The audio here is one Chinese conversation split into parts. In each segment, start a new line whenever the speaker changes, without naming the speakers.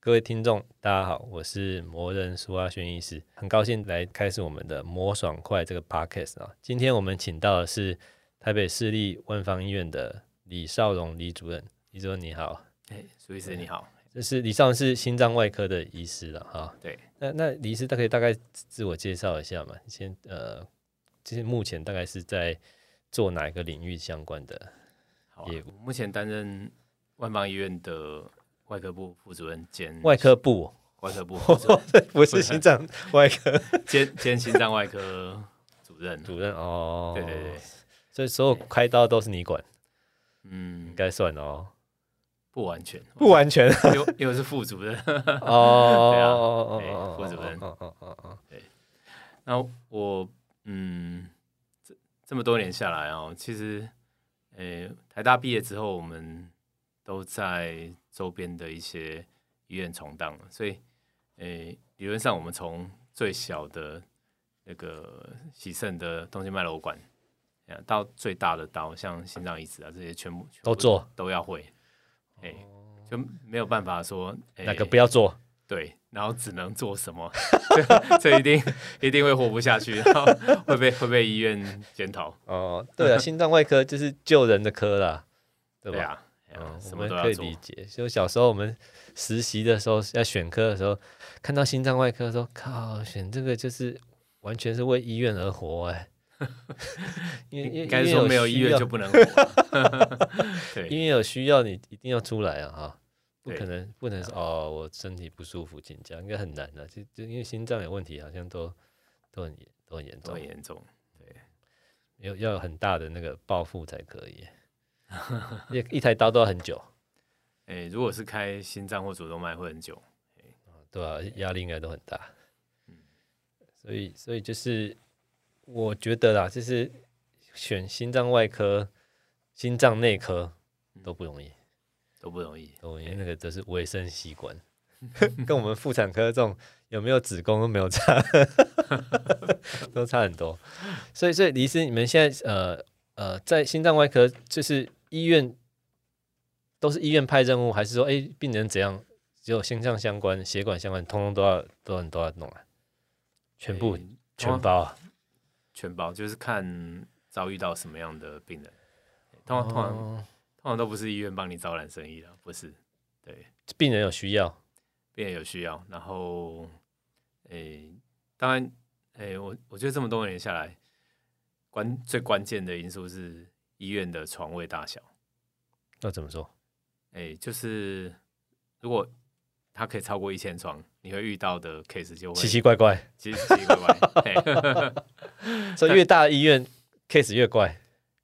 各位听众，大家好，我是魔人苏阿轩医师，很高兴来开始我们的“魔爽快”这个 podcast 啊。今天我们请到的是台北市立万方医院的李少荣李主任，李主任你好，
哎，苏医师你好，
这是李少荣是心脏外科的医师了哈。
对，
那那李医师，大可以大概自我介绍一下嘛？先呃，就是目前大概是在做哪一个领域相关的？
好、啊
业，
我目前担任万邦医院的外科部副主任兼
外科部，
外科部副主任
不是心脏外科
兼兼心脏外科主任。
主任哦。
对对对，，
所以所有开刀都是你管，应
嗯，
该算哦，
不完全，
不完全
因为因为我是副主任。
哦哦哦
对啊
哦，
副主任
哦哦哦哦，
那我嗯，这这么多年下来哦，其实，诶、台大毕业之后，我们都在周边的一些医院闯荡了，所以，诶、理论上我们从最小的那个洗肾的动静脉瘘管，啊到最大的刀，像心脏移植啊这些，全部全部
都做哦
都要会，诶、就没有办法说、诶
哪个不要做？
对，然后只能做什么？ 这这一定一定会活不下去，然后会被会被医院检讨。
哦，对啊，心脏外科就是救人的科啦，对
对
吧？
啊，哎呀
嗯，
什
我
么
们
都
可
要
以
做
理。解。就小时候我们实习的时候，要选科的时候，看到心脏外科说：“靠，选这个就是完全是为医院而活、 哎，因为因为
应该说没有医
需要
院就不能活啊。 对
因为有需要你一定要出来啊！哈，不
对啊
可能不能说哦，我身体不舒服，请假应该很难的、就就因为心脏有问题，好像都都很严都很严
都
重
很，严重。
要要有很大的那个抱负才可以， 一一台刀都要很久，
哎，如果是开心脏或主动脉会很久。
对啊，压力应该都很大。
嗯
所以所以就是我觉得啦，就是选心脏外科、心脏内科
嗯
都不容易，
都不容易，
都不容易，哦那个都是卫生习惯， 跟我们妇产科这种有没有子宫都没有差，都差很多。所以所以李医师，你们现在呃呃在心脏外科就是医院。都是医院派任务，还是说，哎、病人怎样，只有心脏相关、血管相关，通通都要、都要、都要弄啊？全部
哎
全包啊，
全包，就是看遭遇到什么样的病人。通常通常
哦
通常都不是医院帮你招揽生意了，不是。对，
病人有需要，
病人有需要，然后，诶、当然，诶、我我觉得这么多年下来，关最关键的因素是医院的床位大小，
要怎么说？
诶、就是如果它可以超过一千床，你会遇到的 case 就会
奇奇怪 怪，
奇奇奇怪怪，嘿
所以越大的医院 case 越怪，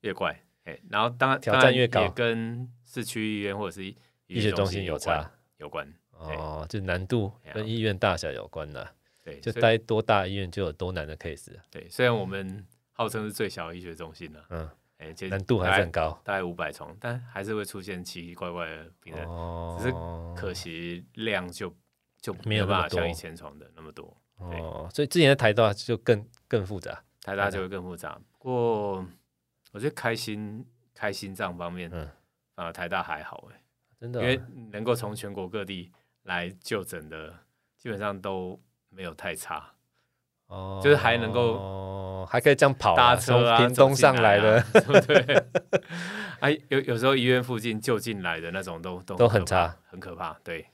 越怪，诶、然后当然
挑
当
战
然
越高
也跟市区医院或者是医
医学中
中
心有
关
差
有关，对哎
哦，就难度跟医院大小有关的、
对，
就
所以
待多大医院就有多难的 case，
对，虽然我们号称是最小的医学中心了、
嗯，
诶、其实
难度还
大
是
概
很高。
大概五百床，但还是会出现奇奇怪怪哎的病人，
哦，
只是可惜量就就
没
没
有
有
那么
办法像
多
一千床的那么多，对
哦，所以之前的台大就更更复杂，
台大就会更复杂。不过我觉得开心开心脏方面，
嗯啊
嗯，啊，台大还好哎、
真的、
因为能够从全国各地来就诊的，基本上都没有太差，
哦，
就是还能够
哦，还可以这样跑、
搭车啊，
从屏东
走进
上来
啊
的
对不对？啊，有有时候医院附近就近来的那种都都
都
很
很
可怕
差，哦
很可怕，对，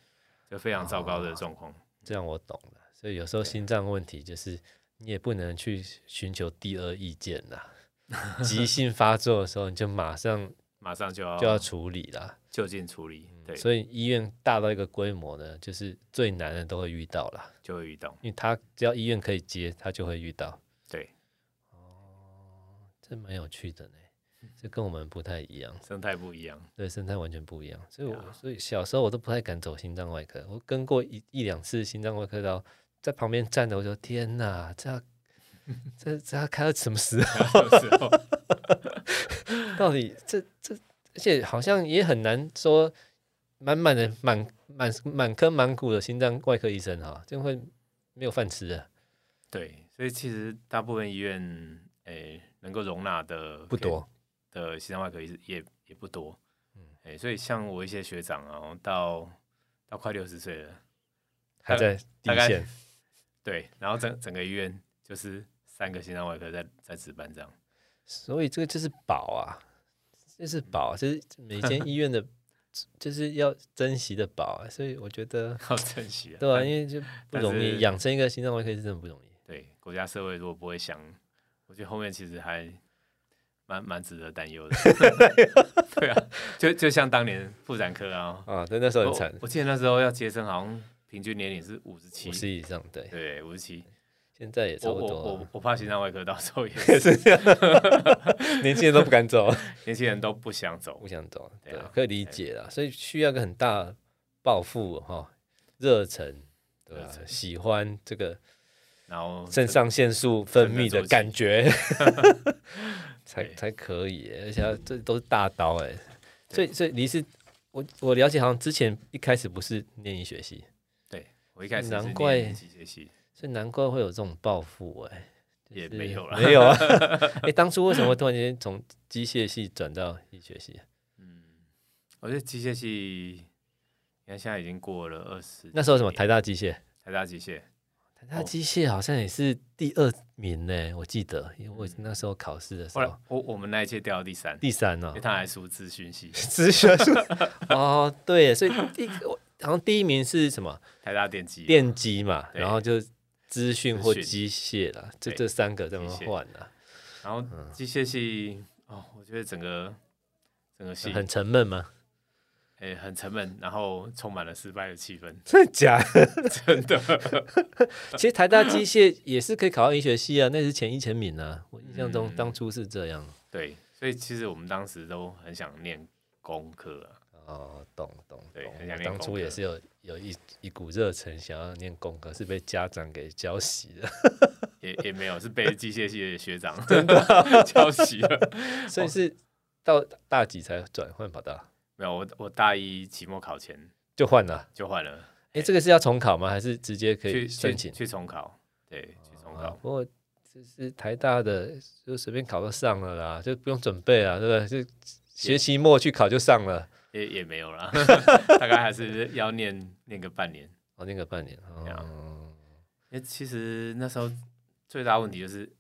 就非常糟糕的状况。
这样我懂了。所以有时候心脏问题就是你也不能去寻求第二意见呐、 急性发作的时候你就马上
马上就要
就要嗯处理啦。
就近处理，哦对，
所以医院大到一个规模呢，就是最难的都会遇到啦，
就会遇到。
因为他只要医院可以接，他就会遇到。
对，
这蛮有趣的呢，这跟我们不太一样，
生态不一样，
对生态完全不一样。所以
对
我
啊
所以小时候我都不太敢走心脏外科，我跟过一一两次心脏外科刀，在旁边站着，我说天哪，这要这这要开到什么时候？
有时候
到底这这，而且好像也很难说，满满的满满满坑满谷的心脏外科医生哈，就会没有饭吃的，
对，所以其实大部分医院诶、能够容纳的
不多。
的心脏外科医师也也不多，嗯，诶、所以像我一些学长啊，到到快六十岁了，
还在第
大
一
概
线，
对，然后整整个医院就是三个心脏外科在在值班这样。
所以这个就是宝啊，这是宝，这是每 间医院的就是要珍惜的宝啊。所以我觉得，
好珍惜啊！
对啊，
但
因为就不
但
容
是
易养成一个心脏外科医生真的不容易。
对国家社会如果不会想，我觉得后面其实还蛮蛮值得担忧的。 对啊，就就像当年妇产科啊，
啊，对，那时候很
我
惨，
我记得那时候要接生，好像平均年龄是五十七
五，十以上，对，
对，五十七。
现在也差
我
不
我
多啊
我
了，
我怕心脏外科到时 候也
是
是，
这样，年轻人都不敢走，
年轻人都不想走
不。想走，
对
对
啊，
可以理解啦，所以需要一个很大的抱负哈，热忱，对吧
热？忱
喜欢这个
然后
肾上腺素分泌的感觉， 才
对
才可以耶，而且它这都是大刀哎，所以所以你是我我了解，好像之前一开始不是念医学系，
对我一开始是
难
念
怪
机械系
所以难怪会有这种抱负哎。
也
是
没有了，
没有啊。哎、当初为什么突然间从机械系转到医学系？
嗯， 我觉得机械系，你看现在已经过了二十，
那时候什么台大机械？
台大机械，
台大机械好像也是第二名呢，我记得，因为我那时候考试的时
嗯后来
候
我我们那一届掉到第三，
第三
因
哦
为，他还输资 讯系，
只学术哦，对耶，所以第我好像第一名是什么
台大电机，
电机嘛，
啊对
然后就资讯或
资
机
讯
械啦，这
对
这三个这么
机械
换啊，
然后机械系哦，我觉得整个整个系
很沉闷吗？
哎、很沉闷，然后充满了失败的气氛，
真的假的？
真的，
其实台大机械也是可以考到医学系啊，那是前一前名啊，我印象中
嗯
当初是这样。
对，所以其实我们当时都很想念工科啊，
哦，懂懂
对
懂
很想。
我
念
当初
工
也
科
是有有一一股热忱想要念工科，是被家长给浇熄
哦
的，
也也没有是被机械系的 学长 抄袭了。
所以是到大几才转换跑道
没有，我我大一期末考前
就换了。
就换了，
哎，这个是要重考吗？还是直接可以
去
申
去
请？
去重考，对，去重
啊
考，，
不过就是台大的就随便考都上了啦，就不用准备啊，对不对？就学期末去考就上了，
也也没有 啦，大概还是要念念个半年。
哦，那个半年。
对啊
哦，
因为其实那时候最大问题就是，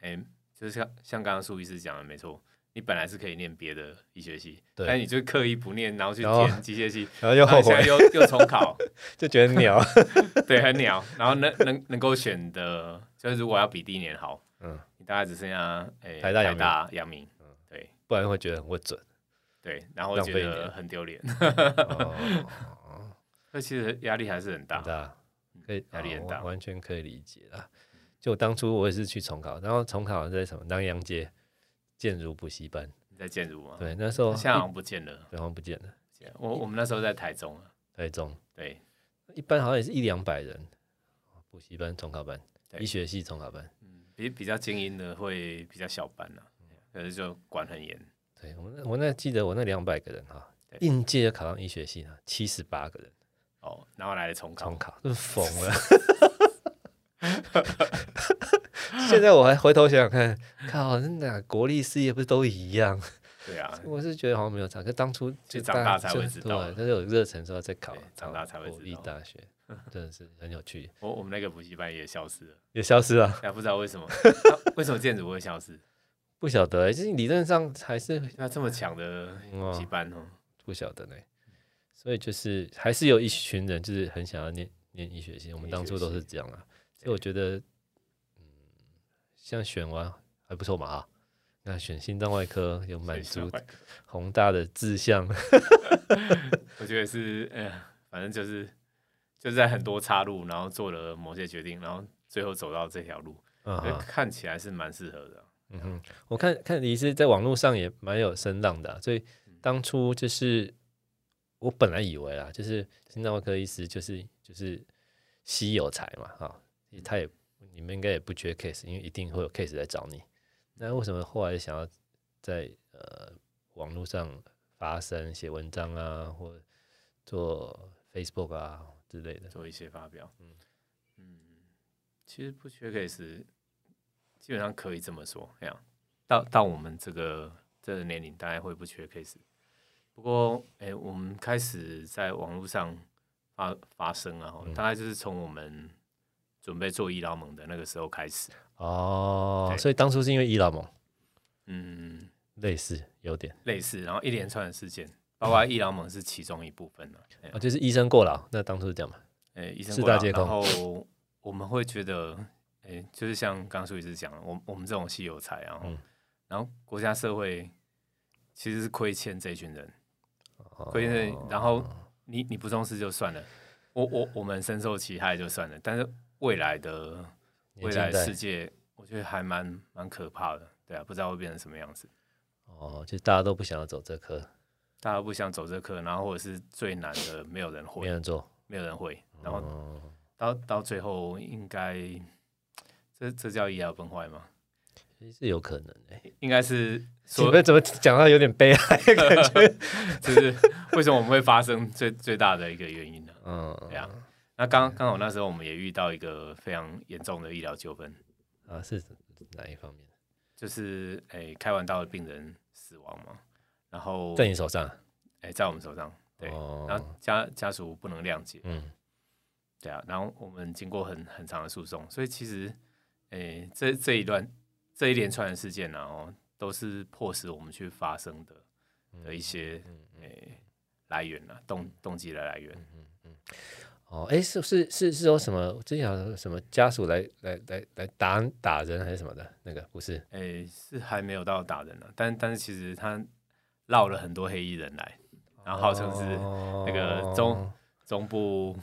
哎、就是像像刚刚苏医师讲的，没错，你本来是可以念别的医学系，
对
但你就刻意不念，然后去
然后
填机械系，
然后又
然后
后
你现在
悔，
又又重考，
就觉得 鸟。
对，很鸟。然后能能能够选的，就是如果要比第一年好，
嗯，
你大概只剩下哎、
台大阳
阳
明
大、阳明，对
不然会觉得很不准。
对，然后
浪
觉
费一
得
年
很丢脸，
哦
那其实压力还是很大
很。大，可以
嗯压力很
哦
大
完全可以理解啦。就当初我也是去重考，然后重考在什么南阳街建如补习班，
你在建筑吗？，
对，哦那时候
现在哦好像不见了。
一然后不见了，
我我们那时候在台中啊，
台中
对，
一般好像也是一两百人，补习班重考班，
对
医学系重考班，
比比较精英的会比较小班啊，可是就管很严。
对我那我那记得我那两百个人哈
对，
应届就考上医学系了，七十八个人
哦，然后来了重考
重，考，真疯 了。现在我还回头想想看，靠，那哪国立事业不是都一样？
对啊，
我是觉得好像没有差，可当初
就
就
长大才会知道
对，但是有热忱之后再考
对，长大才会知道
国立大 学真的是很有趣，
我我们那个补习班也消失了，
也消失了，
也不知道为什么， 啊为什么建筑会消失？
不晓得欸，就是理论上还是
那这么强的
嗯
补习
哦，
班哦，
不晓得呢。所以就是还是有一群人就是很想要念念医学系，我们
医
当
学
初都
系
是这样啊。所以我觉得，嗯，像选完还不错嘛啊。那选心脏外科有满
所以
足
小怪
宏大的志向，
我觉得是，哎、呀，反正就是就是在很多岔路，然后做了某些决定，然后最后走到这条路，
嗯
可是
哼
看起来是蛮适合的。啊
嗯哼，我看看李医师在网络上也蛮有声浪的啊、所以
嗯
当初就是我本来以为啦，就是心脏外科医师就是就是稀有才嘛，哈、
嗯
他也你们应该也不缺 case，因为一定会有 case 来找你。那为什么后来想要在呃网络上发声、写文章啊，或做 Facebook 啊之类的？
做一些发表。嗯其实不缺 case，基本上可以这么说。这样到到我们这个这个年龄，大概会不缺 case。不过，哎、我们开始在网络上发发生啊，大概就是从我们准备做医疗盟的那个时候开始，
哦，
对
所以当初是因为伊朗盟
嗯，
类似有点
类似，然后一连串的事件，包
嗯
括医疗盟是其中一部分了、啊。
啊，就是医生过劳，那当初是这样嘛？
诶、医生
四
过
大
劳
皆空
然后我们会觉得，诶、就是像刚刚苏医师讲的，我我们这种稀有才啊，
嗯
然后国家社会其实是亏欠这一群人，
哦
亏欠这，然后你你不重视就算了，我我我们深受其害就算了，但是未来的
年
未
轻
来
代
世界，我觉得还蛮蛮可怕的，对啊，不知道会变成什么样子。
哦，就大家都不想要走这科，
大家不想走这课，然后或者是最难的，没有人
没
会，
人做，
没有人会，然后
哦，
到到最后应该，这这叫医疗崩坏吗？
其实是有可能诶。
应该是
你
说，
们怎么讲到有点悲 哀的感觉？
就是为什么我们会发生最最大的一个原因呢？
嗯，
对啊，那刚刚好那时候我们也遇到一个非常严重的医疗纠纷，
啊，是哪一方面？
就是诶、开完刀的病人死亡嘛，然后
在你手上？啊
诶、在我们手上，对，然
哦
后，家家属不能谅解，
嗯，
对啊，然后我们经过很很长的诉讼，所以其实，诶、这这一段这一连串的事件呢、啊，哦，都是迫使我们去发生的
嗯
的一些诶、来源啊，动动机的来源。
哦，哎，是是是是有什么？之前好像有什么家属来来来来打打人还是什么的？那个不是？
诶、是还没有到打人啊，但但是其实他绕了很多黑衣人来，然后号称是那个中、
哦
中部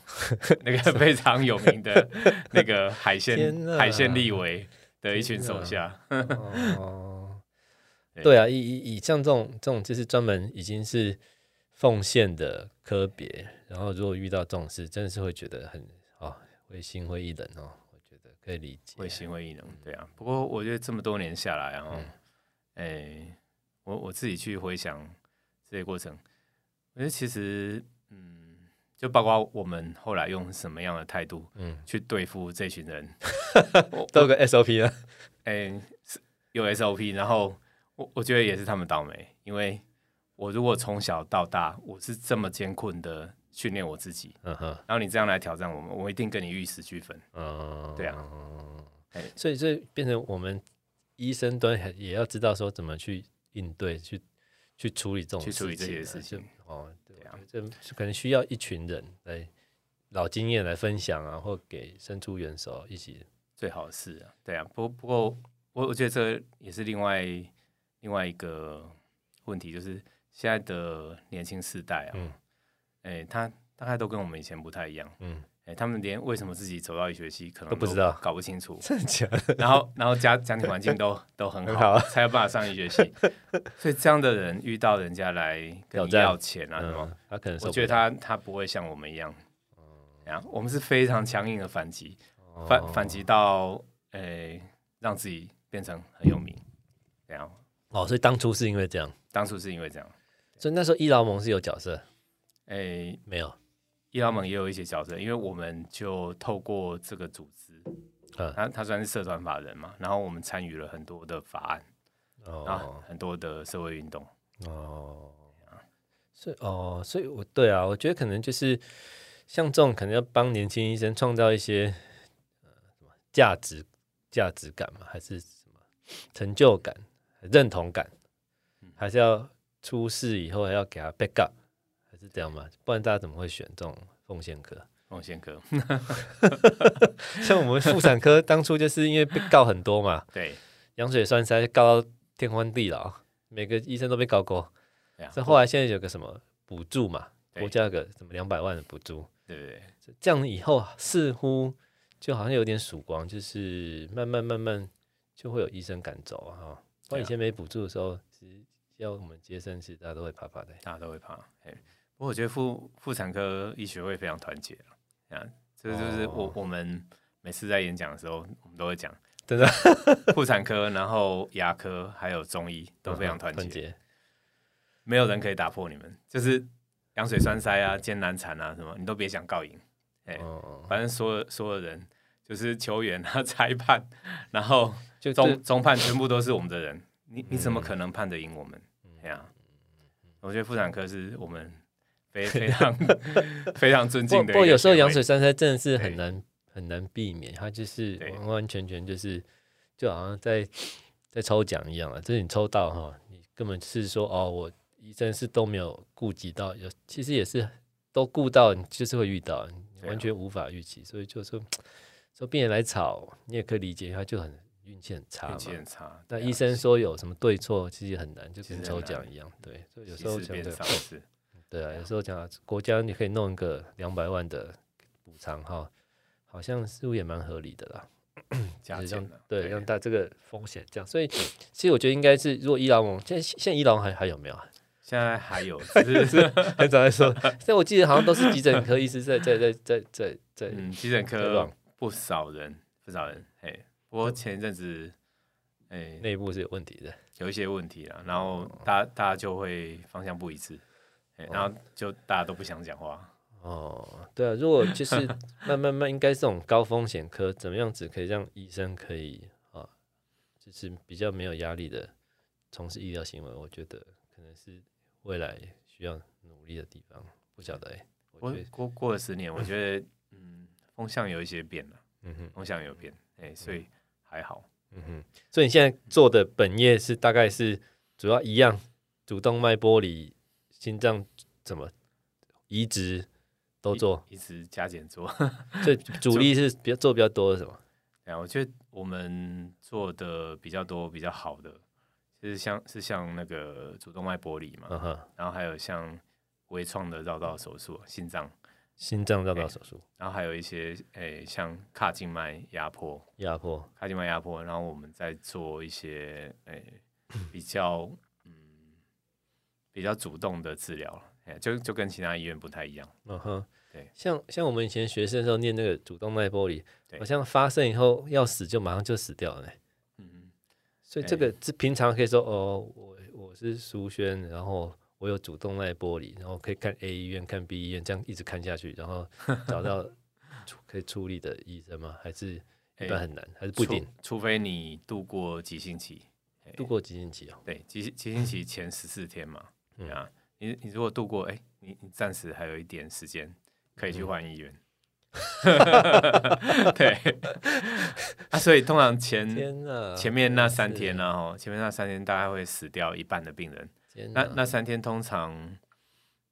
那个非常有名的那个海鲜
天哪
海鲜立委的一群
天哪
手下，
哦，
对
对啊，以以以像这种这种就是专门已经是奉献的科别，然后如果遇到这种事，真的是会觉得很哦，会心灰意冷哦，我觉得可以理解。
会行为异能，对啊。不过我觉得这么多年下来啊，哦
嗯
诶、我我自己去回想这些过程，我觉得其实，嗯，就包括我们后来用什么样的态度
嗯，
去对付这群人，
都有个 SOP 了。
诶、是有 SOP，然后我我觉得也是他们倒霉，因为我如果从小到大我是这么艰困的训练我自己，
嗯哼，
然后你这样来挑战我们，我一定跟你玉石俱焚。
嗯，
对啊哎
所以这变成我们医生端还也要知道说怎么去应对，去去处理这种
去处理这些
事
事情
啊就哦，对
对啊
啊，这可能需要一群人来老经验来分享啊，或给伸出援手一起。
最好是啊，对啊。不不过我我觉得这也是另外另外一个问题，就是现在的年轻世代啊，
嗯
哎、他大概都跟我们以前不太一样，
嗯，
哎、他们连为什么自己走到医学系可能
都不知道，
搞不清楚
真的假的？
然后然后家家庭环境 都都很
很
好，
好
才有办法上医学系。 所以这样的人遇到人家来跟
挑
你
战
要钱啊什么，
嗯，他可能受
我
不嗯
觉得
了
他他不会像我们一样，啊，我们是非常强硬的反击，
哦
反反击到诶、让自己变成很有名。然后
哦，所以当初是因为这样，
当初是因为这样，
所以那时候医劳盟是有角色
诶、
没有？
医疗盟也有一些角色，因为我们就透过这个组织，
嗯
他他算是社团法人嘛，然后我们参与了很多的法案，然后
哦
很多的社会运动，
哦，所以哦，所以我对啊，我觉得可能就是像这种，可能要帮年轻医生创造一些呃什么价值价值感嘛，还是什么成就感、认同感，还是要出事以后还要给他 back up，还是这样嘛？不然大家怎么会选这种奉献科？
孟宪科，
像我们妇产科当初就是因为被告很多嘛，
对，
羊水栓塞告到天荒地老，每个医生都被告过。
对啊
这后来现在有个什么补助嘛，
对
国家有个什么两百万的补助，
对对对，
这样以后似乎就好像有点曙光，就是慢慢慢慢就会有医生赶走啊。哈我
对啊
以前没补助的时候，其实要我们接生，其实大家都会怕怕的。
大家都会怕。哎，不过我觉得妇妇产科医学会非常团结啊，啊这就是我、
哦
我们每次在演讲的时候，我们都会讲，
真的
妇产科，然后牙科还有中医都非常团结，
嗯哦团结，
没有人可以打破你们，就是羊水栓塞啊、艰难产啊什么，你都别想告赢，哎
哦，
反正所有所有人。就是球员啊、 裁判，然后
就
中中判全部都是我们的人，
嗯
啊你你怎么可能判得赢我们？哎呀、我觉得妇产科是我们 非非常非常尊
不
敬
不
的。
过有时候羊水三
生，
塞真的是很
对
难很难避免，它就是
对
完完全全就是就好像在在抽奖一样啊，就是你抽到哈，你根本是说哦，我医生是都没有顾及到，有其实也是都顾到，你就是会遇到，你
对啊
完全无法预期，所以就说说病人来吵，你也可以理解，他就很运气很差
运
嘛。
气很差。
那
对啊
医生说有什么对错，其实很难，就
其
跟
实
抽
很
奖
难
一样。对，所以有
喜
时候
事
讲
变
的
丧事，
对啊，有时候讲啊国家你可以弄一个两百万的补偿哈，好像似乎也蛮合理的啦，
加
就是
减
让
了。
对让大这个风险这样，所以其实我觉得应该是，如果伊朗网现在现在伊朗还还有没 有啊？
现在还 有，只是
很早在 说，但我记得好像都是急诊科医师在在在在在在，
嗯，急诊
对
科
吧
不少人，不少人。嘿，不过前一阵子，哎，
内部是有问题的，
有一些问题
嗯
啦，然后大家大家就会方向不一致，
嗯
哎然后就大家都不想讲话。
哦，对啊，如果就是 慢慢慢，应该这种高风险科怎么样子可以让医生可以啊，就是比较没有压力的从事医疗行为，我觉得可能是未来需要努力的地方。不晓得哎、我
过
觉得
过过了十年，我觉得嗯，风向有一些变了，
嗯哼
风向有变，哎，所以还好。
嗯哼，所以你现在做的本业是大概是主要一样，主动脉剥离、心脏怎么移植都做，
一直加减做。
所以主力是比较做比较多的什么？
对啊，我觉得我们做的比较多、比较好的，就是像是像那个主动脉剥离嘛，
嗯哼，
然后还有像微创的绕道手术、心脏，
心脏绕道手术、
然后还有一些诶、像髂静脉压迫、
压迫，
髂静脉压迫，然后我们再做一些诶、比较嗯比较主动的治疗，哎、就就跟其他医院不太一样。
嗯哼，
对
像像我们以前学生的时候念那个主动脉剥离，
对
好像发生以后要死就马上就死掉了呢。
嗯，
所以这个是平常可以说哦，我我是苏轩，然后我有主动脉剥离，然后可以看 A 医院、看 B 医院，这样一直看下去，然后找 到处可以处理的医生吗？还是一般
哎
很难，还是不一定
除，除非你度过急性期。
度
哎
过急性期哦。
对，急性急性期前十四天嘛，
嗯
对啊，你你如果度过，哎、你你暂时还有一点时间可以
嗯
去换医院， 对，啊，所以通常前
天哪！
前面那三天
呢、
呢、啊，哦，前面那三天大概会死掉一半的病人，
天
那
哪
那三天通常，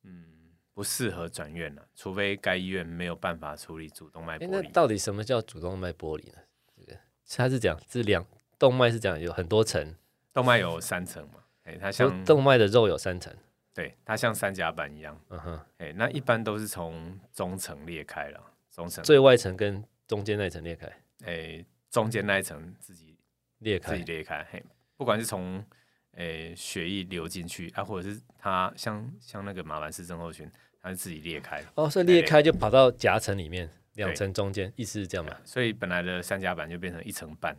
嗯，不适合转院了、除非该医院没有办法处理主动脉
哎，
剥
那
离，
到底什么叫主动脉剥离呢？这个它是讲是两动脉是讲有很多层，
动脉有三层嘛，哎、它
就
像
动脉的肉有三层。
对它像三甲板一样。
嗯哼，
哎、那一般都是从中层裂开了，中层
最外层跟中间那一层裂开，
哎、中间那一层自己
裂
自
开
己。裂开，嘿，不管是从哎、血液流进去啊，或者是它像像那个马兰氏症候群，它是自己裂开，
哦，所以
哎
裂开就跑到夹层里面，两层中间，意思是这样嘛？
所以本来的三甲板就变成一层半，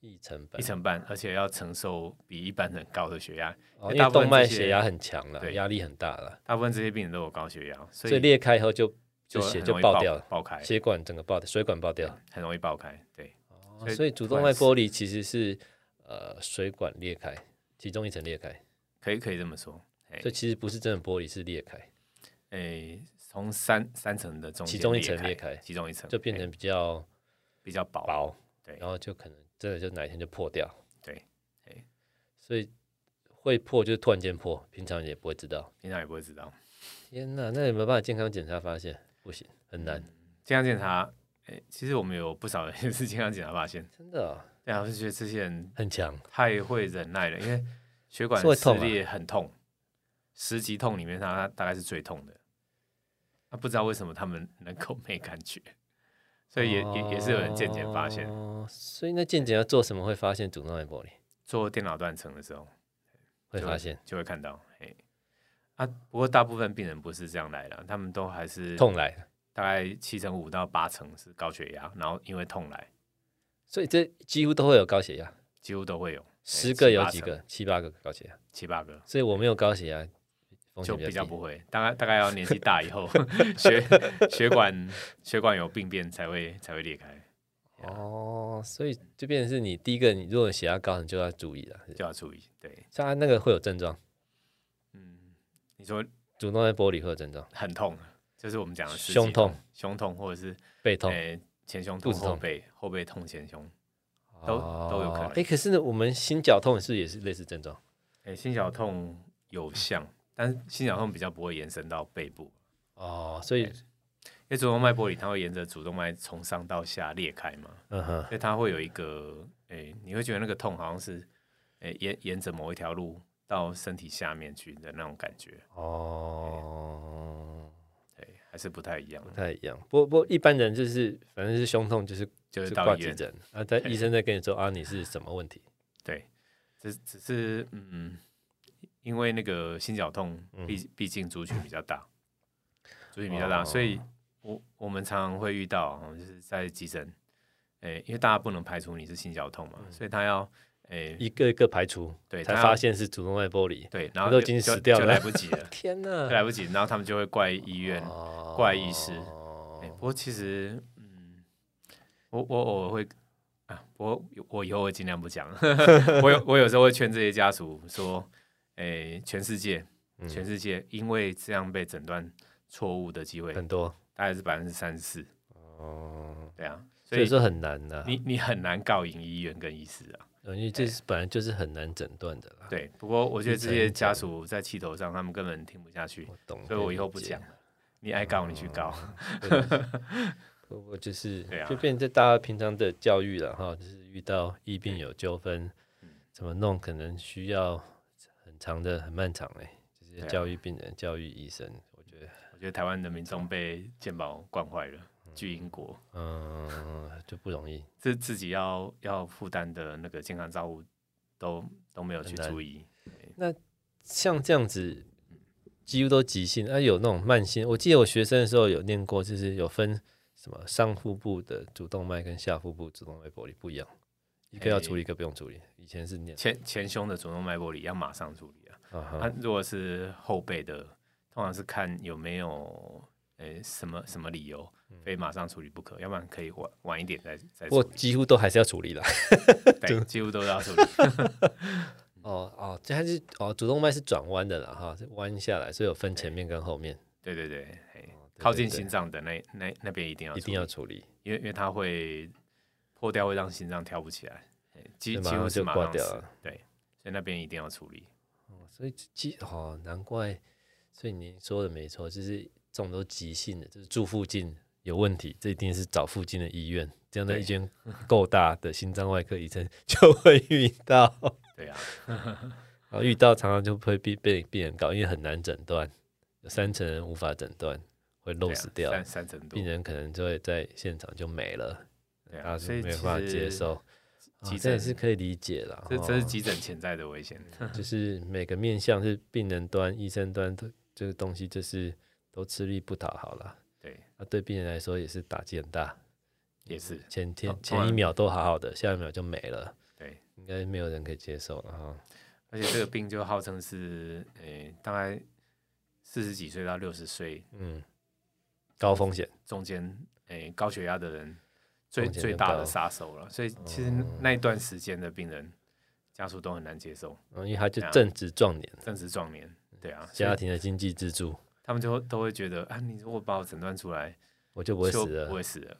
一层半
一，层半，而且要承受比一般人高的血压，
哦
因为
因为
大部分
动脉
这些
血压很强了，
对
压力很大了，
大部分这些病人都有高血压，
所
所以
以裂开以后就就
就
血
很
就
容易
爆掉了，
爆哎开，
血管整个爆掉，水管爆掉。
很容易爆开，对，
哦
所以
所以主动脉剥离其实是呃水管裂开，其中一层裂开，
可以可以这么说，哎、
所以其实不是真的剥离，是裂开，
哎、从三三层的中
其
间
中一层裂
裂
开
其中一层
就变
哎
成比较
比较薄，
薄，
对
然后就可能真的就哪一天就破掉，
对对，
所以会破就是突然间破，平常也不会知道。
平常也不会知道。
天哪，那有没有办法健康检查发现？不行，很难，
嗯健康检查，哎、其实我们有不少人也是健康检查发现，
真的哦啊、
对啊，我就觉得这些人
很强。
太会忍耐了，因为血管
是会
撕
痛啊
裂很痛，十级痛里面它大概是最痛的。那、不知道为什么他们能够没感觉，所以也、也也是有人健检发现，
哦，所以那健检要做什么会发现主动脉剥离？
做电脑断层的时候
会发现
就会看到，哎、啊，不过大部分病人不是这样来的，他们都还是
痛来了，
大概七成五到八成是高血压，然后因为痛来，
所以这几乎都会有高血压，
几乎都会有
十个有
哎
几
七八
个七八个高血压，
七八个，
所以我没有高血压，风
就
险
比
比
较
较
不
低。
会。大概大概要年纪大 以后，血血管血管有病变才会才会裂开，
哦，所以就变成是你第一个，你如果血压高，你就要注意了。啊
就要注意。对，
像他那个会有症状，
嗯，你说
主动在玻璃会有症状，
很痛，啊就是我们讲的十几
胸痛
种、胸痛或者是
背痛、
诶前胸
肚
痛、
子
后
痛
背后背痛、前胸，都都有可能
哎，诶可是呢，我们心绞痛是不是也是类似症状？
诶，心绞痛有像，但是心绞痛比较不会延伸到背部，
哦，所以
因为主动脉剥离它会沿着主动脉从上到下裂开嘛，
嗯哼
所，以它会有一个诶、你会觉得那个痛好像是诶、沿沿着某一条路到身体下面去的那种感觉，
哦，
对，还是不太一样
不
的，
太一样。不不，一般人就是反正是胸痛，就是
就是
挂
到医
急
院，
诊啊，但
对
医生在跟你说啊，你是什么问题？
对，只只是嗯，因为那个心绞痛毕毕竟族群比较大，族群比较大，
嗯哦
所以我我们常常会遇到，嗯就是在急诊，诶、因为大家不能排除你是心绞痛嘛，所以他要诶。
一个一个排除，
嗯对，
嗯才
他要
发现是主动脉剥离。
对，然
他
后
都
就
已经
就
死掉
就
了
来不及了，
天
就
哪，哦
来不及，然后他们就会怪医院。怪医师哎不过其实，嗯，我我偶尔会啊，我我以后会尽量不讲。 我有我有时候会劝这些家属说，哎，全世界，
嗯
全世界因为这样被诊断错误的机会
很多
大概是百分之三十四，
哦，
对啊，所
所以
以
说很难的。
你你很难告赢医院跟医师啊。
因为这是本来就是很难诊断的啦。
对，不过我觉得
一
这
层一
些
层
家属在气头上，他们根本听不下去，
我懂，
所以我以后
可
不
嗯理解哦
讲。了。你爱告你去告，
我我就是
对啊
就变成在大家平常的教育了哈，就是遇到疫病有纠纷，
嗯
怎么弄可能需要很长的、很漫长哎，就是
对啊
教育病人、教育医生，我觉得
我觉得台湾的民众被健保惯坏了，巨英国
嗯就不容易。
自自己要要负担的那个健康照顾都都没有去注意，
像这样子几乎都急性，啊有那种慢性。我记得我学生的时候有念过，就是有分什么上腹部的主动脉跟下腹部主动脉剥离不一样，一个要
哎
处理，一个不用处理。以前是 念
前前胸的主动脉剥离要马上处理啊。
啊
那、
哈
如果是后背的，通常是看有没有诶、什么什么理由
嗯
非马上处理不可，要不然可以晚晚一点再再
不过
处理。
几乎都还是要处理的。
对，几乎都要处理。嗯
哦哦，这还是哦，主动脉是转弯的啦哈，是弯下来，所以有分前面跟后面，
对对对，诶
哦对
靠近
对
心脏的那那那边一定要
一
处
定
理
要处理，
因为因为它会破掉，会让心脏跳不起来，哎几
对
几
马
乎
上
是
就
马
挂
上
掉
死
了。
对，所以那边一定要处理。
所以急哦，难怪，所以您说的没错，就是这种都急性的，就是住附近有问题，这一定是找附近的医院，这样的
对
一间够大的心脏外科医生就会遇到，
对啊，
然后遇到常常就会被被病人搞，因为很难诊断，有三成人无法诊断，会
对
漏
啊
死掉，
三三程度
病。人可能就会在现场就没了。
对
大家
啊，所
就
以
没
其
有办法接
实
受，
急
啊、这也
诊
是可以理解啦。
这这是
哦
急诊潜在的危险。
就是每个面向是病人端、医生端，都这个东西就是都吃力不讨好啦。
对，
那、对病人来说也是打击很大，
也是
前天
当
前一
然
秒都好好的，下一秒就没了，
对，
应该没有人可以接受了哈。
而且这个病就号称是诶，大概四十几岁到六十岁
嗯，高风险，
中间诶高血压的人最
风险
最
更
大
高
的哦杀手了。所以其实那一段时间的病人家属都很难接受，
嗯因为他就
对啊
正值壮年，
正值壮年。对啊，所以
家庭的经济支柱，
他们就会都会觉得啊，你如果把我诊断出来，
我就不
不
会死
不
了。
会死了。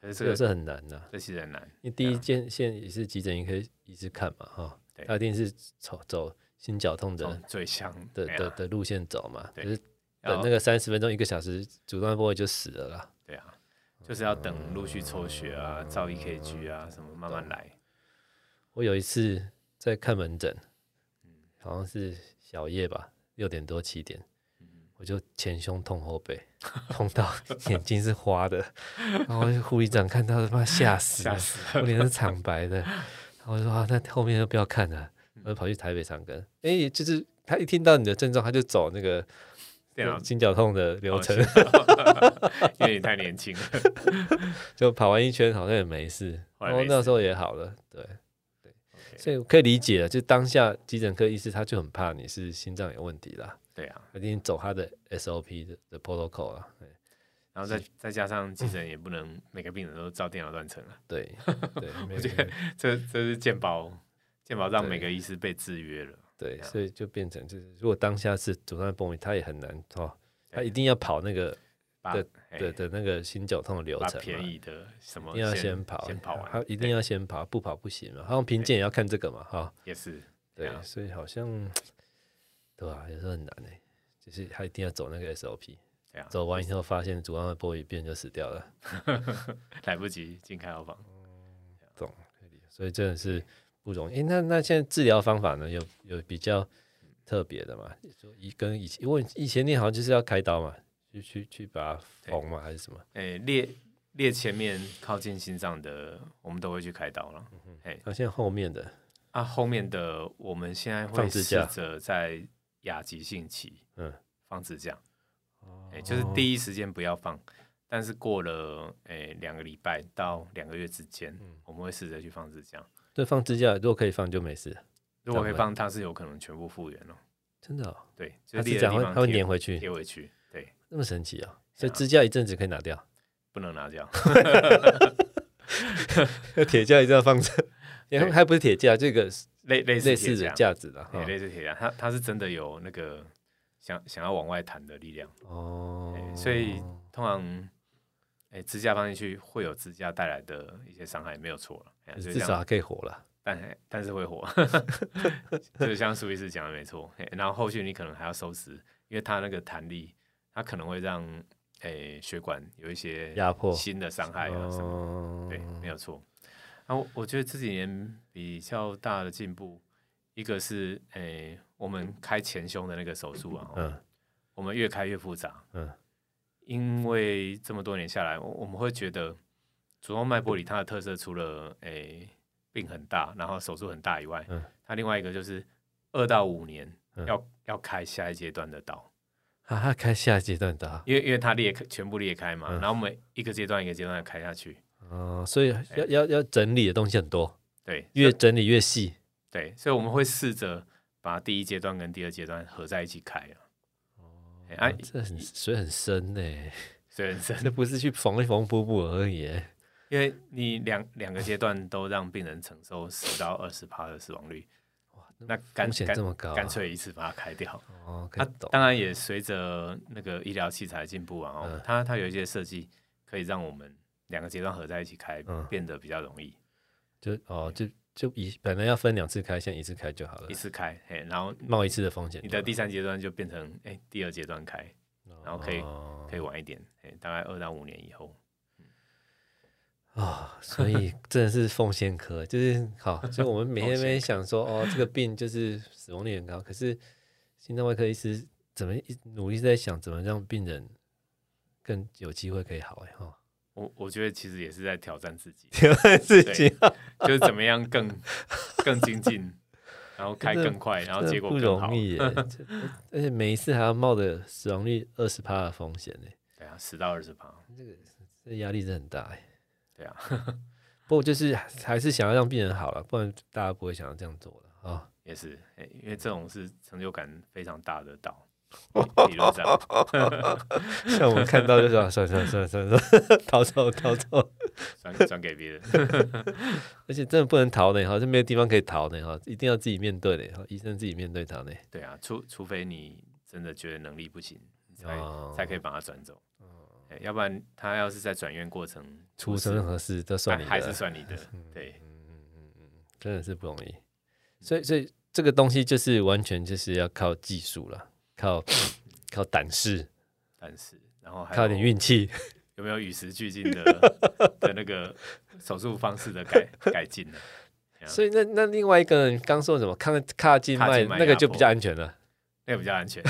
可是这
这个
个
是很难的、
这其实很难，
因为第
对
一
啊
件线也是急诊医科医师看嘛，哈，
对
他一定是走走心绞痛的
从最香
的
对啊
的的路线走嘛，就
对
是
要
等那个三十分钟一个小时，主动脉剥离就死了啦。
对啊，就是要等陆续抽血啊、照 EKG 啊什么，慢慢来。
我有一次在看门诊，好像是小夜吧，六点多七点，我就前胸痛后背，痛到 眼睛是花的，然后护理长看到他妈吓死了，我脸是惨白的，然后我就说啊，那后面就不要看了，我就跑去台北长庚，哎、就是他一听到你的症状，他就走那个
对啊，
哦心绞痛的流程，
因为你太年轻了，
就跑完一圈好像也没事，
后来
然后
没
那
事
时候也好了，对。
OK，
所以我可以理解啊了，就当下急诊科医师他就很怕你是心脏有问题啦，
对啊，
一定走他的 SOP 的的 protocol 啊啦。
然后再再加上急诊也不能每个病人都照电脑断层 啊，
对对，没有
觉得这这是健保健保让
对
每个医师被制约了。
对，
Yeah.
所以就变成就是，如果当下是主断崩溃，他也很难哦，他
Yeah.
一定要跑那个
把
对
哎
对的那个心绞痛的流
把
程
便
嘛，
宜的什
一
么
定要先跑，
先跑完，
他一定
对
要先跑，不跑不行嘛。好像评鉴也要看这个嘛，哈，
也是
对，
Yeah.
哎所以好像对吧、有时候很难哎、就是他一定要走那个 SOP，
这样，
走完以后发现主断波一变就死掉了。
来不及进开药房。
懂，
嗯
所以真的是不容易。诶那那现在治疗方法呢？有有比较特别的嘛？就一跟以前，因为以前你好像就是要开刀嘛，去去去把它缝嘛，还是什么？
诶、哎列列前面靠近心脏的，我们都会去开刀了。
那现在后面的，
啊，后面的我们现在
放
会
支
试
架
着在亚急性期，
嗯哦
嗯，放支架，哎、就是第一时间不要放，但是过了哎两、个礼拜到两个月之间，
嗯
我们会试着去放支架。
对，放支架，如果可以放就没事，
如果可以
懂了
放，它是有可能全部复原哦。
真的、哦。
对，就
它
是
支
裂
架
的
会
地
它
方
会
贴
粘回去，
贴啊回去，对，
那么神奇哦！所以支架一阵子可以拿掉，
不能拿掉。
铁架一定要放 着，然后
对
还不是铁架，这个
类类
类
似
似
铁
的
架，
架哦子的
哎
哈。
类似铁架，它它是真的有那个想想要往外弹的力量。
哦
哎，所以通常，哎、支架放进去会有支架带来的一些伤害，没有错了。哎就是
呃至
这
少
样
还可以活了。
但但是会火， 就是像苏医师讲的没错、嘿然后后续你可能还要收拾，因为它那个弹力，它可能会让哎血管有一些
压迫
新的伤害啊什么。
哦
对，没有错。然后我觉得这几年比较大的进步，一个是哎我们开前胸的那个手术啊，
嗯
我们越开越复杂。
嗯，
因为这么多年下来，我我们会觉得主动脉剥离它的特色，除了诶、病很大，然后手术很大以外，
嗯
它另外一个就是二到五年
嗯
要、要开下一阶段的刀，
啊，他开下阶段的啊、
因为因为它裂开全部裂开嘛，
嗯
然后我们一个阶段一个阶段地开下去，
哦，所以
哎
要要要整理的东西很多，
对，
越
所以
整理越细。
对，所以我们会试着把第一阶段跟第二阶段合在一起开啊。哎嗯
啊
啊，，
这很水很深呢，
所以很深
这不是去缝一缝补补而已耶。
因为你两两个阶段都让病人承受十到二十趴的死亡率，那干
风险
干
这么高啊、
干脆一次把它开掉。
哦，可
它
以懂。
当然也随着那个医疗器材进步啊、哦
嗯
它它有一些设计可以让我们两个阶段合在一起开，
嗯
变得比较容易，
就哦，就就一本来要分两次开，现在一次开就好了
一，次开，嘿，然后
冒一次的风险
你
多了。
的第三阶段就变成哎、第二阶段开，然后可以
哦
可以晚一点，哎，大概二到五年以后，
哦，所 以真的是奉献科，就是好，所以我们每天
奉献
每天想说，哦，这个病就是死亡率很高，可是心脏外科医师怎么一努力在想，怎么让病人更有机会可以好哎哈，，
我我觉得其实也是在挑战自己
请问自己
己就是怎么样 更更精进，然后开
真的
更快，然后
真的
结果
不
更好
容， 易耶，欸这而且每一次还要冒着死亡率二十趴的风险呢，
对啊，十到二十趴，
这压力真的很大哎。
对啊，
不过就是还是想要让病人好了，不然大家不会想要这样做的啊。
也是，哎因为这种是成就感非常大的刀，理论上。
像我们看到就说， 算算算算算， 逃走逃走。
转转给别人。
而且真的不能逃的哈，是没有地方可以逃的哈，一定要自己面对的哈，医生自己面对他呢。
对啊，除除非你真的觉得能力不行，你才、
哦
才可以把他转走。哎要不然他要是在转院过程
出
事
生任何事都算
还
你
还是
的，嗯
算 你的。对，
真的是不容易。所以，所以这个东西就是完全就是要靠技术了，靠 靠胆识，
但是然后还
靠点
有
运气。
有没有与时 俱进的的那个手术方式的改改进呢？啊
所以那那另外一个人刚说什么抗卡静
卡
脉
静脉
那个
压
就
迫
比较安全了，
那个比较安 全。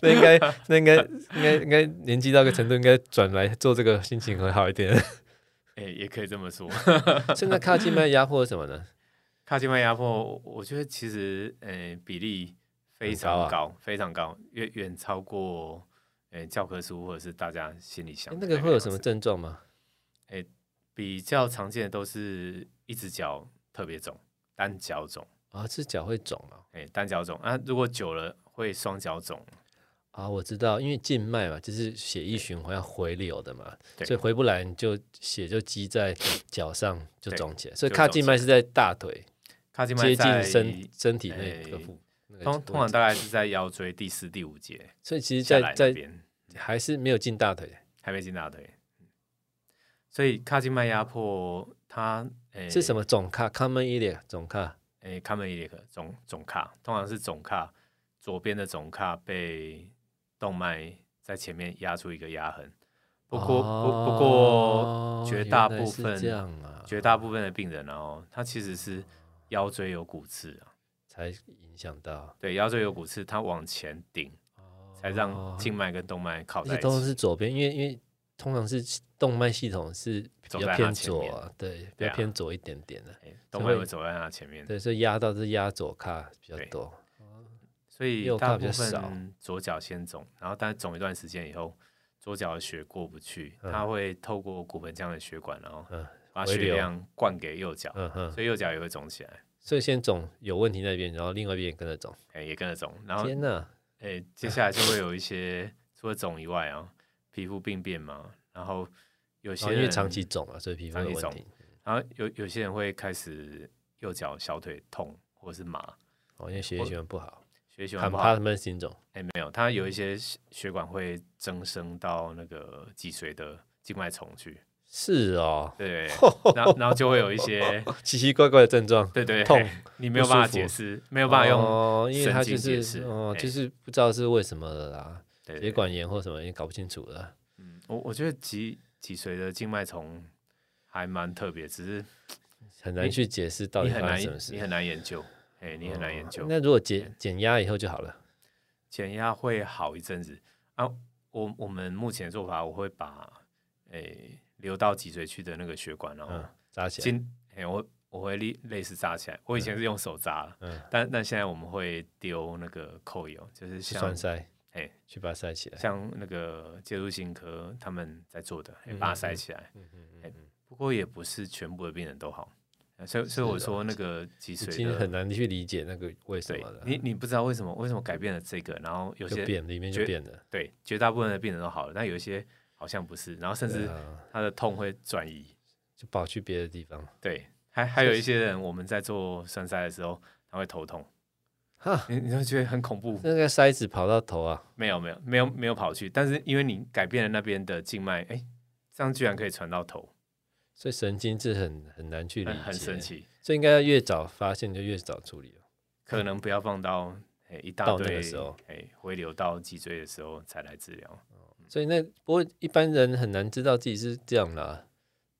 那应该那应该应该应该年纪到一个程度，应该转来做这个心情会好一点。
哎、也可以这么说。
现在卡静脉压迫是什么 呢？
卡静脉压迫，我我觉得其实呃比例非常
很
高，
高啊
非常高，远远超过呃教科书或者是大家心里想
诶
的
那个会有
样
什么
子？
症状吗？
比较常见的都是一只脚特别肿，单脚肿，
啊，是脚会肿啊。
哎、单脚肿啊，如果久了会双脚肿，
啊，我知道，因为静脉嘛，就是血液循环要回流的嘛，
对
所以回不来，你就血就积在脚上，就
对
肿起来。所以
就
髂
肿
静
起
脉是在大腿
卡静脉
接
在
近身身体那个
哎
部那个
通通常
位置
大概是在腰椎第四、第五节
所以其实
下
在，
来
在
那边，
还是没有进大腿，
还没进大腿。所以髂静脉压迫，它诶
是什么总卡 common iliac 总卡
诶，卡门伊列克总总髂，通常是总髂左边的总髂被动脉在前面压出一个压痕。不过、不不过，
哦
绝大
原来
部
是
分
这样啊，
绝大部分的病人然后他其实是腰椎有骨刺啊，
才影响到，
对，腰椎有骨刺，他往前顶才让
哦
静脉跟动脉靠
而
在
且
一
都
起。
是左边，因为因为通常是动脉系统是比
走
较
在它
偏
前
左
面
啊，对，比
对
较
啊
偏左一点点的、
诶动脉会走在他前面，
对，所以压到是压左卡比较
对
多，
所以
右
大
胯比较
部
少
分左脚先肿，然后但肿一段时间以后，左脚的血过不去，
嗯
它会透过骨盆腔的血管，然后
嗯
把
回
血
流
量灌给右脚，
嗯哼，
所以右脚也会肿起来，
所以先肿有问题那边，然后另外一边也跟着肿，
哎、也跟着肿。然后，
天哪，
哎、接下来就会有一些除了肿以外啊，皮肤病变嘛，然后有
然后
些
哦因
人、
为长期肿啊，所以皮肤
长
有
期
问
肿
题，
然后有有些人会开始右脚小腿痛或是麻，
哦，因为血液循环不好
血液循环不好，
，compartment syndrome，
哎、没有，它
嗯
有一些血血管会增生到那个脊髓的静脉丛去，
是哦，
对，然后然后就会有一 些，
奇奇怪怪的症状，
对对，
痛
嘿你没有办
不
法
舒服
解释，没有办法用，
哦，因为
神
它
经
就
解
是
释
哦，
哎
就是不知道是为什么了啦，
对
血，管炎或什么也搞不清楚了，
对嗯我我觉得脊脊髓的静脉丛还蛮特别，只是
很难
你
去解释到底
你很
发
难
生什么事，
你很难研究，哎、你很难研究哎
哦，那如果减减压以后就好了，
减压会好一阵子啊。我我们目前的做法，我会把哎流到脊髓去的那个血管，然后
嗯，扎起来，
今哎、我我会类类似扎起来，我以前是用手扎了，
嗯
但但现在我们会丢那个扣油，就是
去
像
栓塞，
哎
去把它塞起来，
像那个介入性科他们在做的，哎
嗯
把它
嗯
塞
嗯
起来。
嗯嗯嗯
哎
嗯
不过也不是全部的病人都好，呃所以所以
是
我
的
说那个脊
已
髓
经
的
很，难去理解那个为什
对
么了，
你你不知道为什么为什么改变了这个，然后有
就
些
变里面就
觉
变了，
对绝大部分的病人都好了，但有一些好像不是，然后甚
对
至
啊，
他的痛会转移。
就跑去别的地方，
对，还还有一些人，我们在做栓塞的时候，他会头痛，
哈，
你你会觉得很恐怖。
那个塞子跑到头啊，
没有没有没有没有跑去，但是因为你改变了那边的静脉，哎，这样居然可以传到头，
所以神经是很很难去理
很
解，
很神，奇。
所以应该要越早发现就越早处理哦了，
可能不要放到哎一大
到那
堆
个时候，
哎回流到脊椎的时候才来治疗。
所以那不过一般人很难知道自己是这样啦。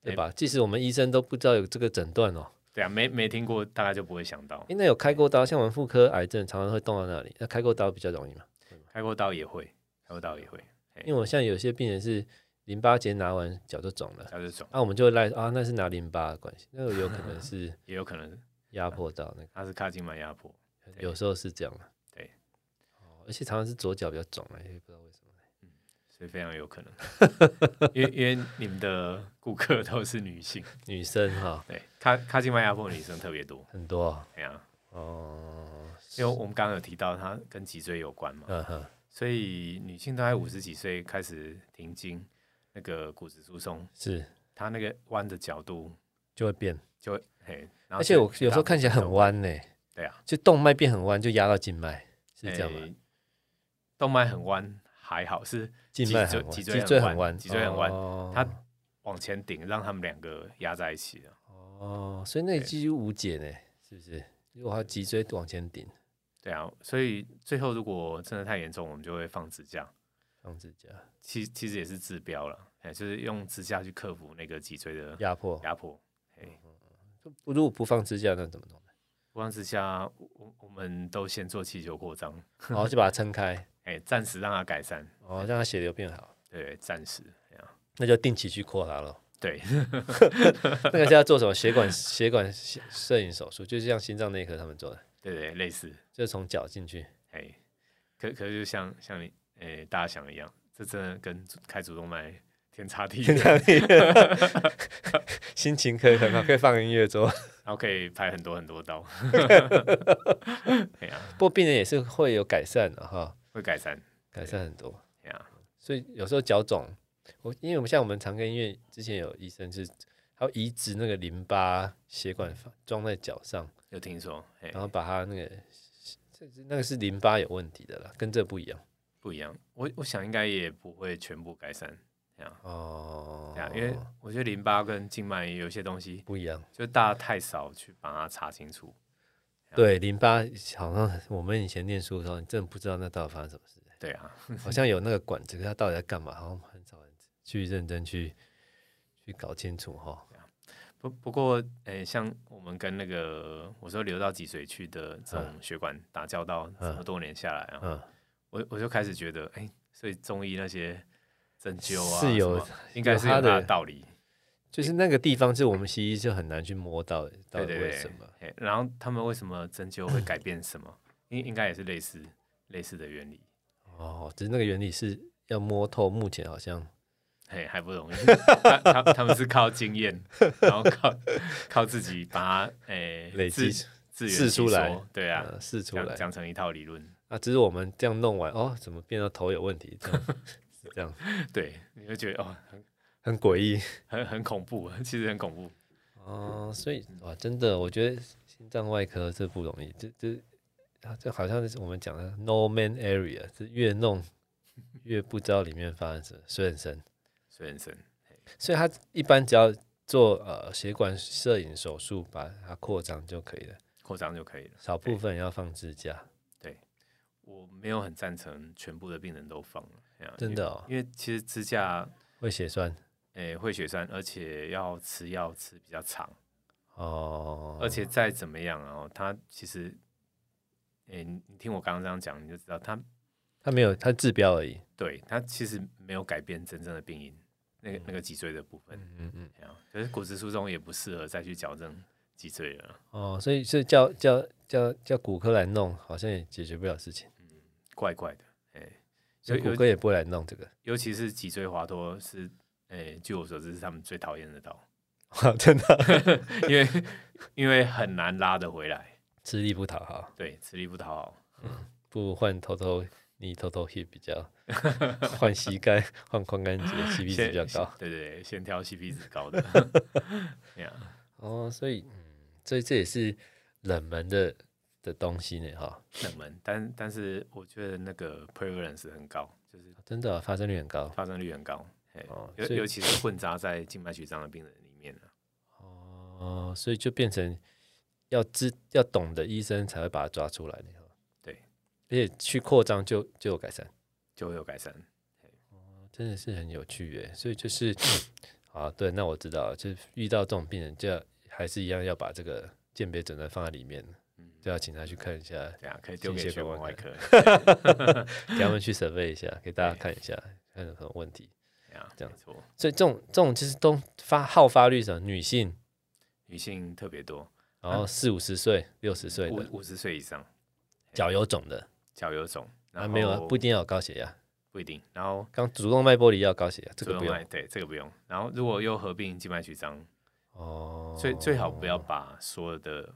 对
哎
吧？即使我们医生都不知道有这个诊断哦，
对啊，没没听过，大概就不会想到
因为有开过刀，像我们妇科癌症常常会动到那里，那开过刀比较容易嘛。
开过刀也会，开过刀也会，
因为我像有些病人是淋巴结拿完脚就肿了，
它就肿，
那、我们就会赖啊，那是拿淋巴的关系，那个有可 能是
也有可能
压迫到那
它是髂静脉压迫。
个，有时候是这样的。
对
哦，而且常常是左脚比较肿了，也不知道为什么。
所以非常有可能， 因为因为你们的顾客都是女性，
女生哈、
对，卡卡静脉压迫的女生特别多，
很多啊
哎呀、
哦，
因为我们刚刚有提到它跟脊椎有关嘛，
嗯哼，
所以女性大概五十几岁开始停经，那个骨质疏松，
是
她那个弯的角度
就会变，
就会，嘿，然后
而且我有时候看起来很弯呢、
对啊，
就动脉变很弯，就压到静脉，是
哎
这样吗？
动脉很弯还好，是
静脉很
椎
弯，
脊
脊
椎
椎
很
很
弯
弯，
脊椎很弯
哦
它往前顶，让他们两个压在一起啊的，
哦，所以那个
对
几乎无解呢，是不是？如果他脊椎往前顶，
对啊，所以最后如果真的太严重，我们就会放支架。
放支架
其其实也是治标了，哎，就是用支架去克服那个脊椎的
压迫，
压迫。
不如果不放支架那怎么弄？
不然之下，我我们都先做气球扩张，
然后就把它撑开，
哎，暂时让它改善，
哦，让它血流变好，
对，暂时，哎呀，
那就定期去扩它了。
对，
那个是要做什么血管血管摄摄影手术，就是像心脏内科他们做的，
对对，类似，
就是从脚进去。
哎，可可是就像像你，哎，大家想的一样，这真的跟主开主动脉天差地远，
心情可以很好，可以放音乐做。
然后可以排很多很多刀，哎呀，
不过病人也是会有改善的哈，
会改善，
改善很多。
哎呀，
所以有时候脚肿，我因为我们像我们常跟医院之前有医生是还要移植那个淋巴血管放装在脚上，
有听说，哎，
然后把它那个这是那个是淋巴有问题的啦，跟这不一样
不一样。我我想应该也不会全部改善，这样
哦
这样，因为我觉得淋巴跟静脉有些东西，
不一样。
就大家太少去把它查清楚。
对，淋巴好像我们以前念书的时候，你真的不知道那到底发生什么事，
对啊，
好像有那个管子，可是它到底在干嘛，好像很少人去认真去去搞清楚哈。
不不过，诶、像我们跟那个我说流到脊髓去的这种血管打交道，这么多年下来啊，
嗯，
我我就开始觉得，哎、所以中医那些针灸啊，
是有
什么应该是有
有
它
它的
的道理。
就是那个地方是我们西医就很难去摸到的到
对
底
对
为
对
什么。，
哎然后他们为什么针灸会改变什么？应应该也是类似类似的原理，
哦，只是那个原理是要摸透，目前好像
嘿，还不容易。他他他们是靠经验，然后靠靠自己把它诶、
累积
自自圆
试
其
出来
说对啊，
呃试出
讲
来
讲成一套理论。
啊，只是我们这样弄完，哦，怎么变到头有问题？这样 是这样
对，你会觉得哦，
很诡异
很很恐怖，其实很恐怖。
哦，所以哇，真的，我觉得心脏外科这不容易，这这啊这好像是我们讲的 no man area，这越弄越不知道里面发生什么，水很深。
水很深，
所以他一般只要做呃血管摄影手术，把它扩张就可以了，
扩张就可以了。
少部分要放支架。
我没有很赞成全部的病人都放了，哎呀
真的哦
因为，因为其实支架
会血栓
诶、会血栓，而且要吃药吃比较长，
哦，
而且再怎么样啊，哦，它其实，诶、你你听我刚刚这样讲，你就知道它
它没有，它治标而已。
对它其实没有改变真正的病因，那个那个脊椎的部分，
嗯嗯嗯。
哎呀可是骨质疏松也不适合再去矫正脊椎了，
哦，所以所以叫叫叫叫骨科来弄，好像也解决不了事情，
怪怪的，哎、
所
有
以骨
有
科也不会来弄这个。
尤其是脊椎滑脱是，诶、据我所知是他们最讨厌的刀，
真的，
因为因为很难拉得回来，
吃力不讨好，
对，吃力不讨好，
不如换偷偷你偷偷 hit 比较，换膝盖，换髋关节，CP 值
先
比较高。
对对对，先挑 CP 值高 的，对啊，
哦，所以嗯，所以这也是冷门的的东西呢，哈、
冷门，但但是我觉得那个 prevalence 很高，就是
真的、啊发生率很高。
发生率很高，哎、
哦
尤
所以
尤其是混杂在静脉曲张的病人里面啊了、
哦，所以就变成要知要懂的医生才会把它抓出来呢，哈
对，
而且去扩张就就有改善。
就会有改善，
真的是很有趣耶。所以就是，啊，对，那我知道了，就是遇到这种病人，就要还是一样要把这个鉴别诊断放在里面，
嗯，
就要请他去看一下，
对啊，可以丢给
谢谢
血
各位
管外科，
给他们去 survey 一下，给大家看一下，看有什么问题。
对啊，
这样
没错，
所以这种这种其实都发好发率上，女性，
女性特别多，
然
嗯
后四五十岁、六十岁的
五五十岁以上
脚有肿的，
脚有肿，然
啊
后
没有啊，不一定要有高血压，
不一定，然后
刚主动脉剥离要高血压，这个
主
不
动脉
用
对，这个不用。然后如果又合并静脉曲张，
哦，
最、最好不要把所有的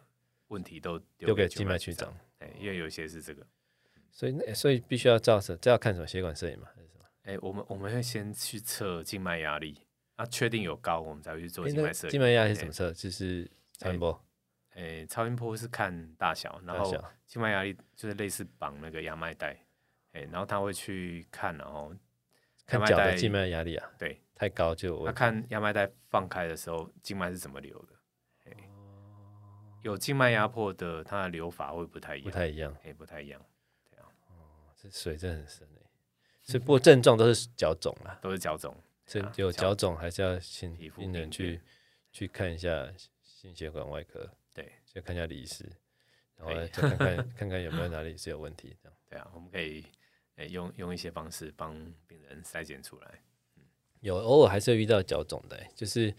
问题都
丢给静
静
脉曲
曲
张
张，，哎，因为有些是这个。
所以那所以必须要照射，这要看什么血管摄影嘛，还是什么？
哎，我们我们会先去测静脉压力，啊，确定有高，我们才会去做
诶
静脉
那
摄
静
影。
脉压力是怎么测？就是超
哎
音波
哎，超音波是看大小，然
大
后
小。
静脉压力就是类似绑那个压脉带，哎，然后他会去看，然后
看
压
脚
带
的静脉压力啊，
对，
太高就有
他
问题。
看压脉带放开的时候，静脉是怎么流的。哎有静脉压迫的，它的流法会不太一
哦不
样。
太一样，
哎、不太一样，
这水真的很深诶、所以不过症状都是脚肿啦，
都是脚肿。
所以
嗯啊
有
脚
脚肿还是要请
皮肤
病人
病
去去看一下心血管外科，
对，
就看一下李医师，然后
可以
再看看看看有没有哪里是有问题。这样
对啊，我们可以、哎用用一些方式帮病人筛检出来。
有偶尔还是会遇到脚肿的、欸，就是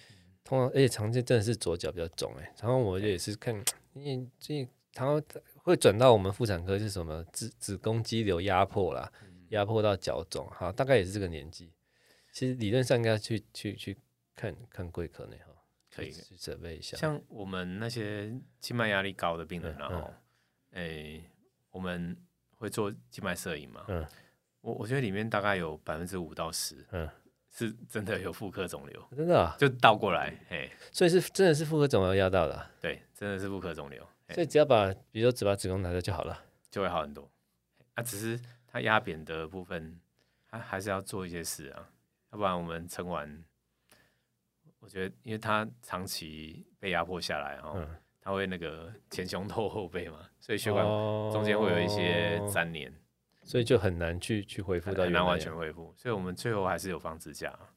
通常而且常见真的是左脚比较肿哎、欸，常常我也是看，因为最近常常会转到我们妇产科是什么子子宫肌瘤压迫啦，
嗯
压迫到脚肿，哈，大概也是这个年纪。其实理论上应该去去去看看贵科呢哈，
可以
去去准备一下。
像我们那些静脉压力高的病人、
嗯
然后，哎、我们会做静脉摄影嘛？
嗯
我我觉得里面大概有百分之五到十，
嗯
是真的有妇科肿瘤，
真的、啊，
就倒过来，哎，
所以是真的是妇科肿瘤压到的啊、
对，真的是妇科肿瘤，嘿
所以只要把，比如说只把子宫拿掉就好了。
就会好很多。啊，只是它压扁的部分，它还是要做一些事啊，要不然我们撑完，我觉得因为它长期被压迫下来哦，
嗯
它会那个前胸透后背嘛，所以血管
哦
中间会有一些粘连，
所以就很难去去恢复
很
到
很
原来
难完
的
全恢复，所以我们最后还是有放支架啊、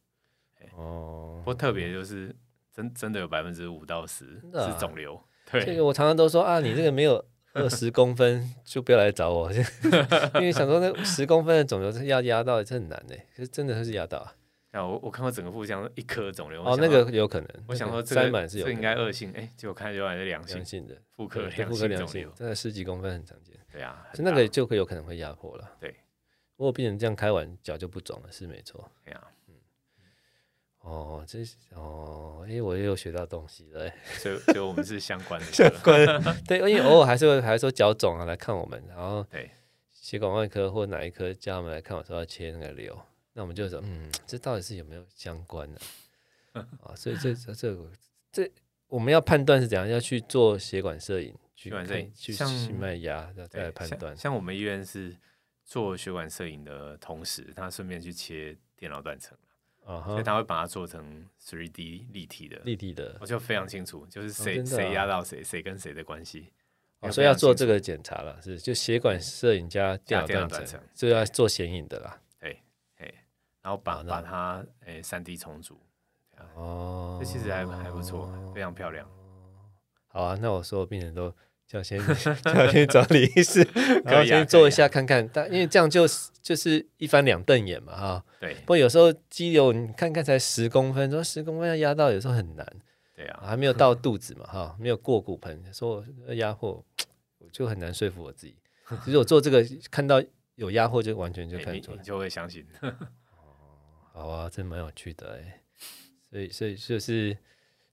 哦
不。
嗯
过特别就是真真的有百分之五到十
的啊
是肿瘤，
这
对，
个我常常都说啊，你这个没 有二十公分，就不要来找我， 因为想说那十公分的肿瘤是要压到，这很难的，可是真的是压到啊。
那我我看过整个腹腔一颗肿瘤，
哦，
我想
那
到
个有可能，
我想
那
说
个
这
塞
个
满是有
这
可能
应该恶性，哎、结果看起来是良性
良，性的，
妇科
对
良
妇科
性
良
肿
性
瘤，，
真的十几公分很常见，
对啊，
就
很
那
大
个就会有可能会压迫了。
对，
如果病人这样开完脚就不肿了，是没错。
对啊，
哦，这是哦，哎，我又学到东西了。欸诶
所以所以我们是相 关的科，
对，因为偶尔还是会还是说脚肿啊来看我们，然后
对
血管外科或哪一科叫他们来看我说要切那个瘤，那我们就说，嗯，这到底是有没有相关 的啊？所以这这这这我们要判断是怎样，要去做血管摄影，去
血管摄
看
影
去
像
心脉压，然后再来
对，
判
像
断。
像我们医院是做血管摄影的同时，他顺便去切电脑断层，
啊
所以
哈，
他会把它做成 3D 立体的，
立体的
我，就非常清楚，就是谁
真的啊
谁压到谁，谁跟谁的关系
哦，所以要做
这
这个检查了，是就血管摄影加电脑
电脑
断
断
层
层，
所以要做显影的啦。
哎，然后把
哦好那
把它哎三 D 重组，
哦，
这其实还还不错，非常漂亮，
好啊，那我所有病人都叫 先叫先找李医师，然后
可以啊
先做一
可以啊
下看看，但因为这样就是就是一翻两瞪眼嘛哈。
对
不过有时候肌瘤你看看才十公分，说十公分要压到有时候很难，
对
啊
啊，
还没有到肚子嘛哈，没有过骨盆，说我压迫，我就很难说服我自己。其实我做这个看到有压迫就完全就
哎
看
你
出来
你。就会相 信，
好啊，真蛮有趣的哎。所以，所以就是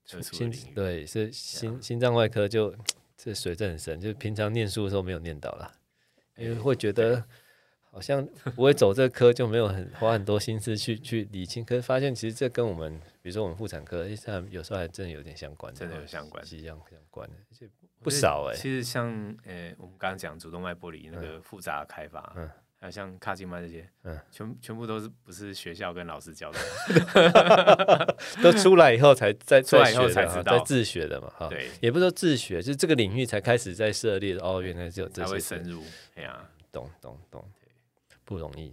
特殊的
心
领域啊
对是心心脏外科就这水真很深，就平常念书的时候没有念到啦，因为会觉得好像不会走这科，就没有很花很多心思去去理清。可是发现其实这跟我们，比如说我们妇产科，诶它有时候还真的有点相关，
真的有相关
息息相相关的，而且
我
不
觉得
少哎、
其实像呃，我们刚刚讲主动脉剥离那个复杂的开发，
嗯
还有像卡金麦这些，
嗯
全全部都是不是学校跟老 师教的，
都出来以后才再
出来以后
再学的
才
哈
知道
再自学的嘛哈。
对，
也不是说自学，就是这个领域才开始在涉猎。哦，原来就这
才
些
会
事
深入。哎呀，
懂懂懂，不容易。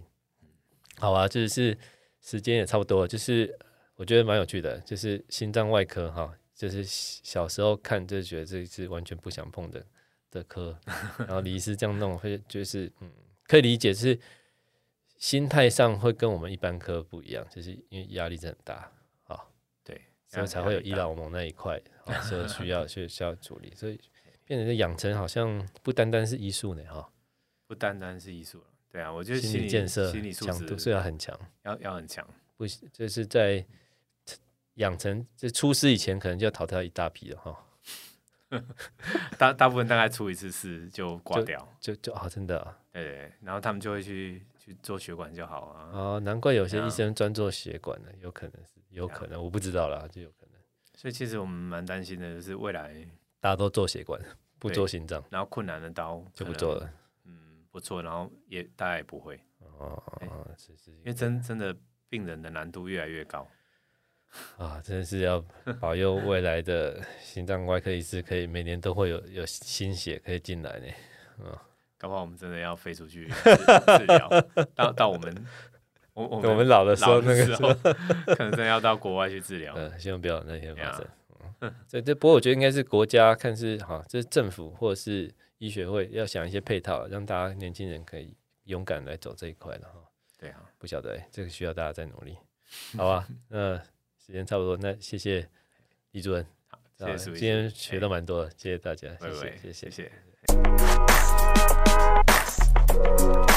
好啊，就是时间也差不多了，就是我觉得蛮有趣的，就是心脏外科哈，就是小时候看就觉得这是完全不想碰的的科，然后李医师这样弄会就是嗯，可以理解是心态上会跟我们一般科不一样，就是因为压力真的很大，啊
对，
所以才会有伊朗盟那一块，啊，所以需要去需要处理，所以变成是养成好像不单单是医术呢哈。
不单单是艺术了，对啊，我觉得
心
心
理建设
心理素
强度是
质
要很强，
要要很强，
不就是在养成就出师以前，可能就要淘汰一大批了哈。
大大部分大概出一次事就挂掉，
就就啊、真的啊、
对对对，然后他们就会去去做血管就好啊，
哦难怪有些
对啊
医生专做血管的，有可能是有
对啊
可能，我不知道啦，就有可能
所以其实我们蛮担心的，就是未来
大家都做血管，不
对啊
做心脏
然后困难的刀
就不
可能
做，了。
嗯，不做，然后也大家也不会。
哦，哦是是
因为真真的病人的难度越来越高。
啊，真的是要保佑未来的心脏外科医师可以每年都会有有新血可以进来呢。
搞不好我们真的要飞出去 治治疗，到到我们我 我们
我们老的时候
老
那个
的
时
时
候
候， 可能真的要到国外去治疗。
呃，希望不要有那天发
Yeah
生。嗯对对，不过我觉得应该是国家看是哈，这、是政府或者是医学会要想一些配套，让大家年轻人可以勇敢来走这一块的哈。
对啊，
不晓得、欸、这个需要大家再 努力，好吧？那时间差不多，那谢谢李主任，
好，谢谢苏医师，
今天学到蛮多的，谢谢大家，
哎，
谢
拜拜
谢谢谢
谢。谢。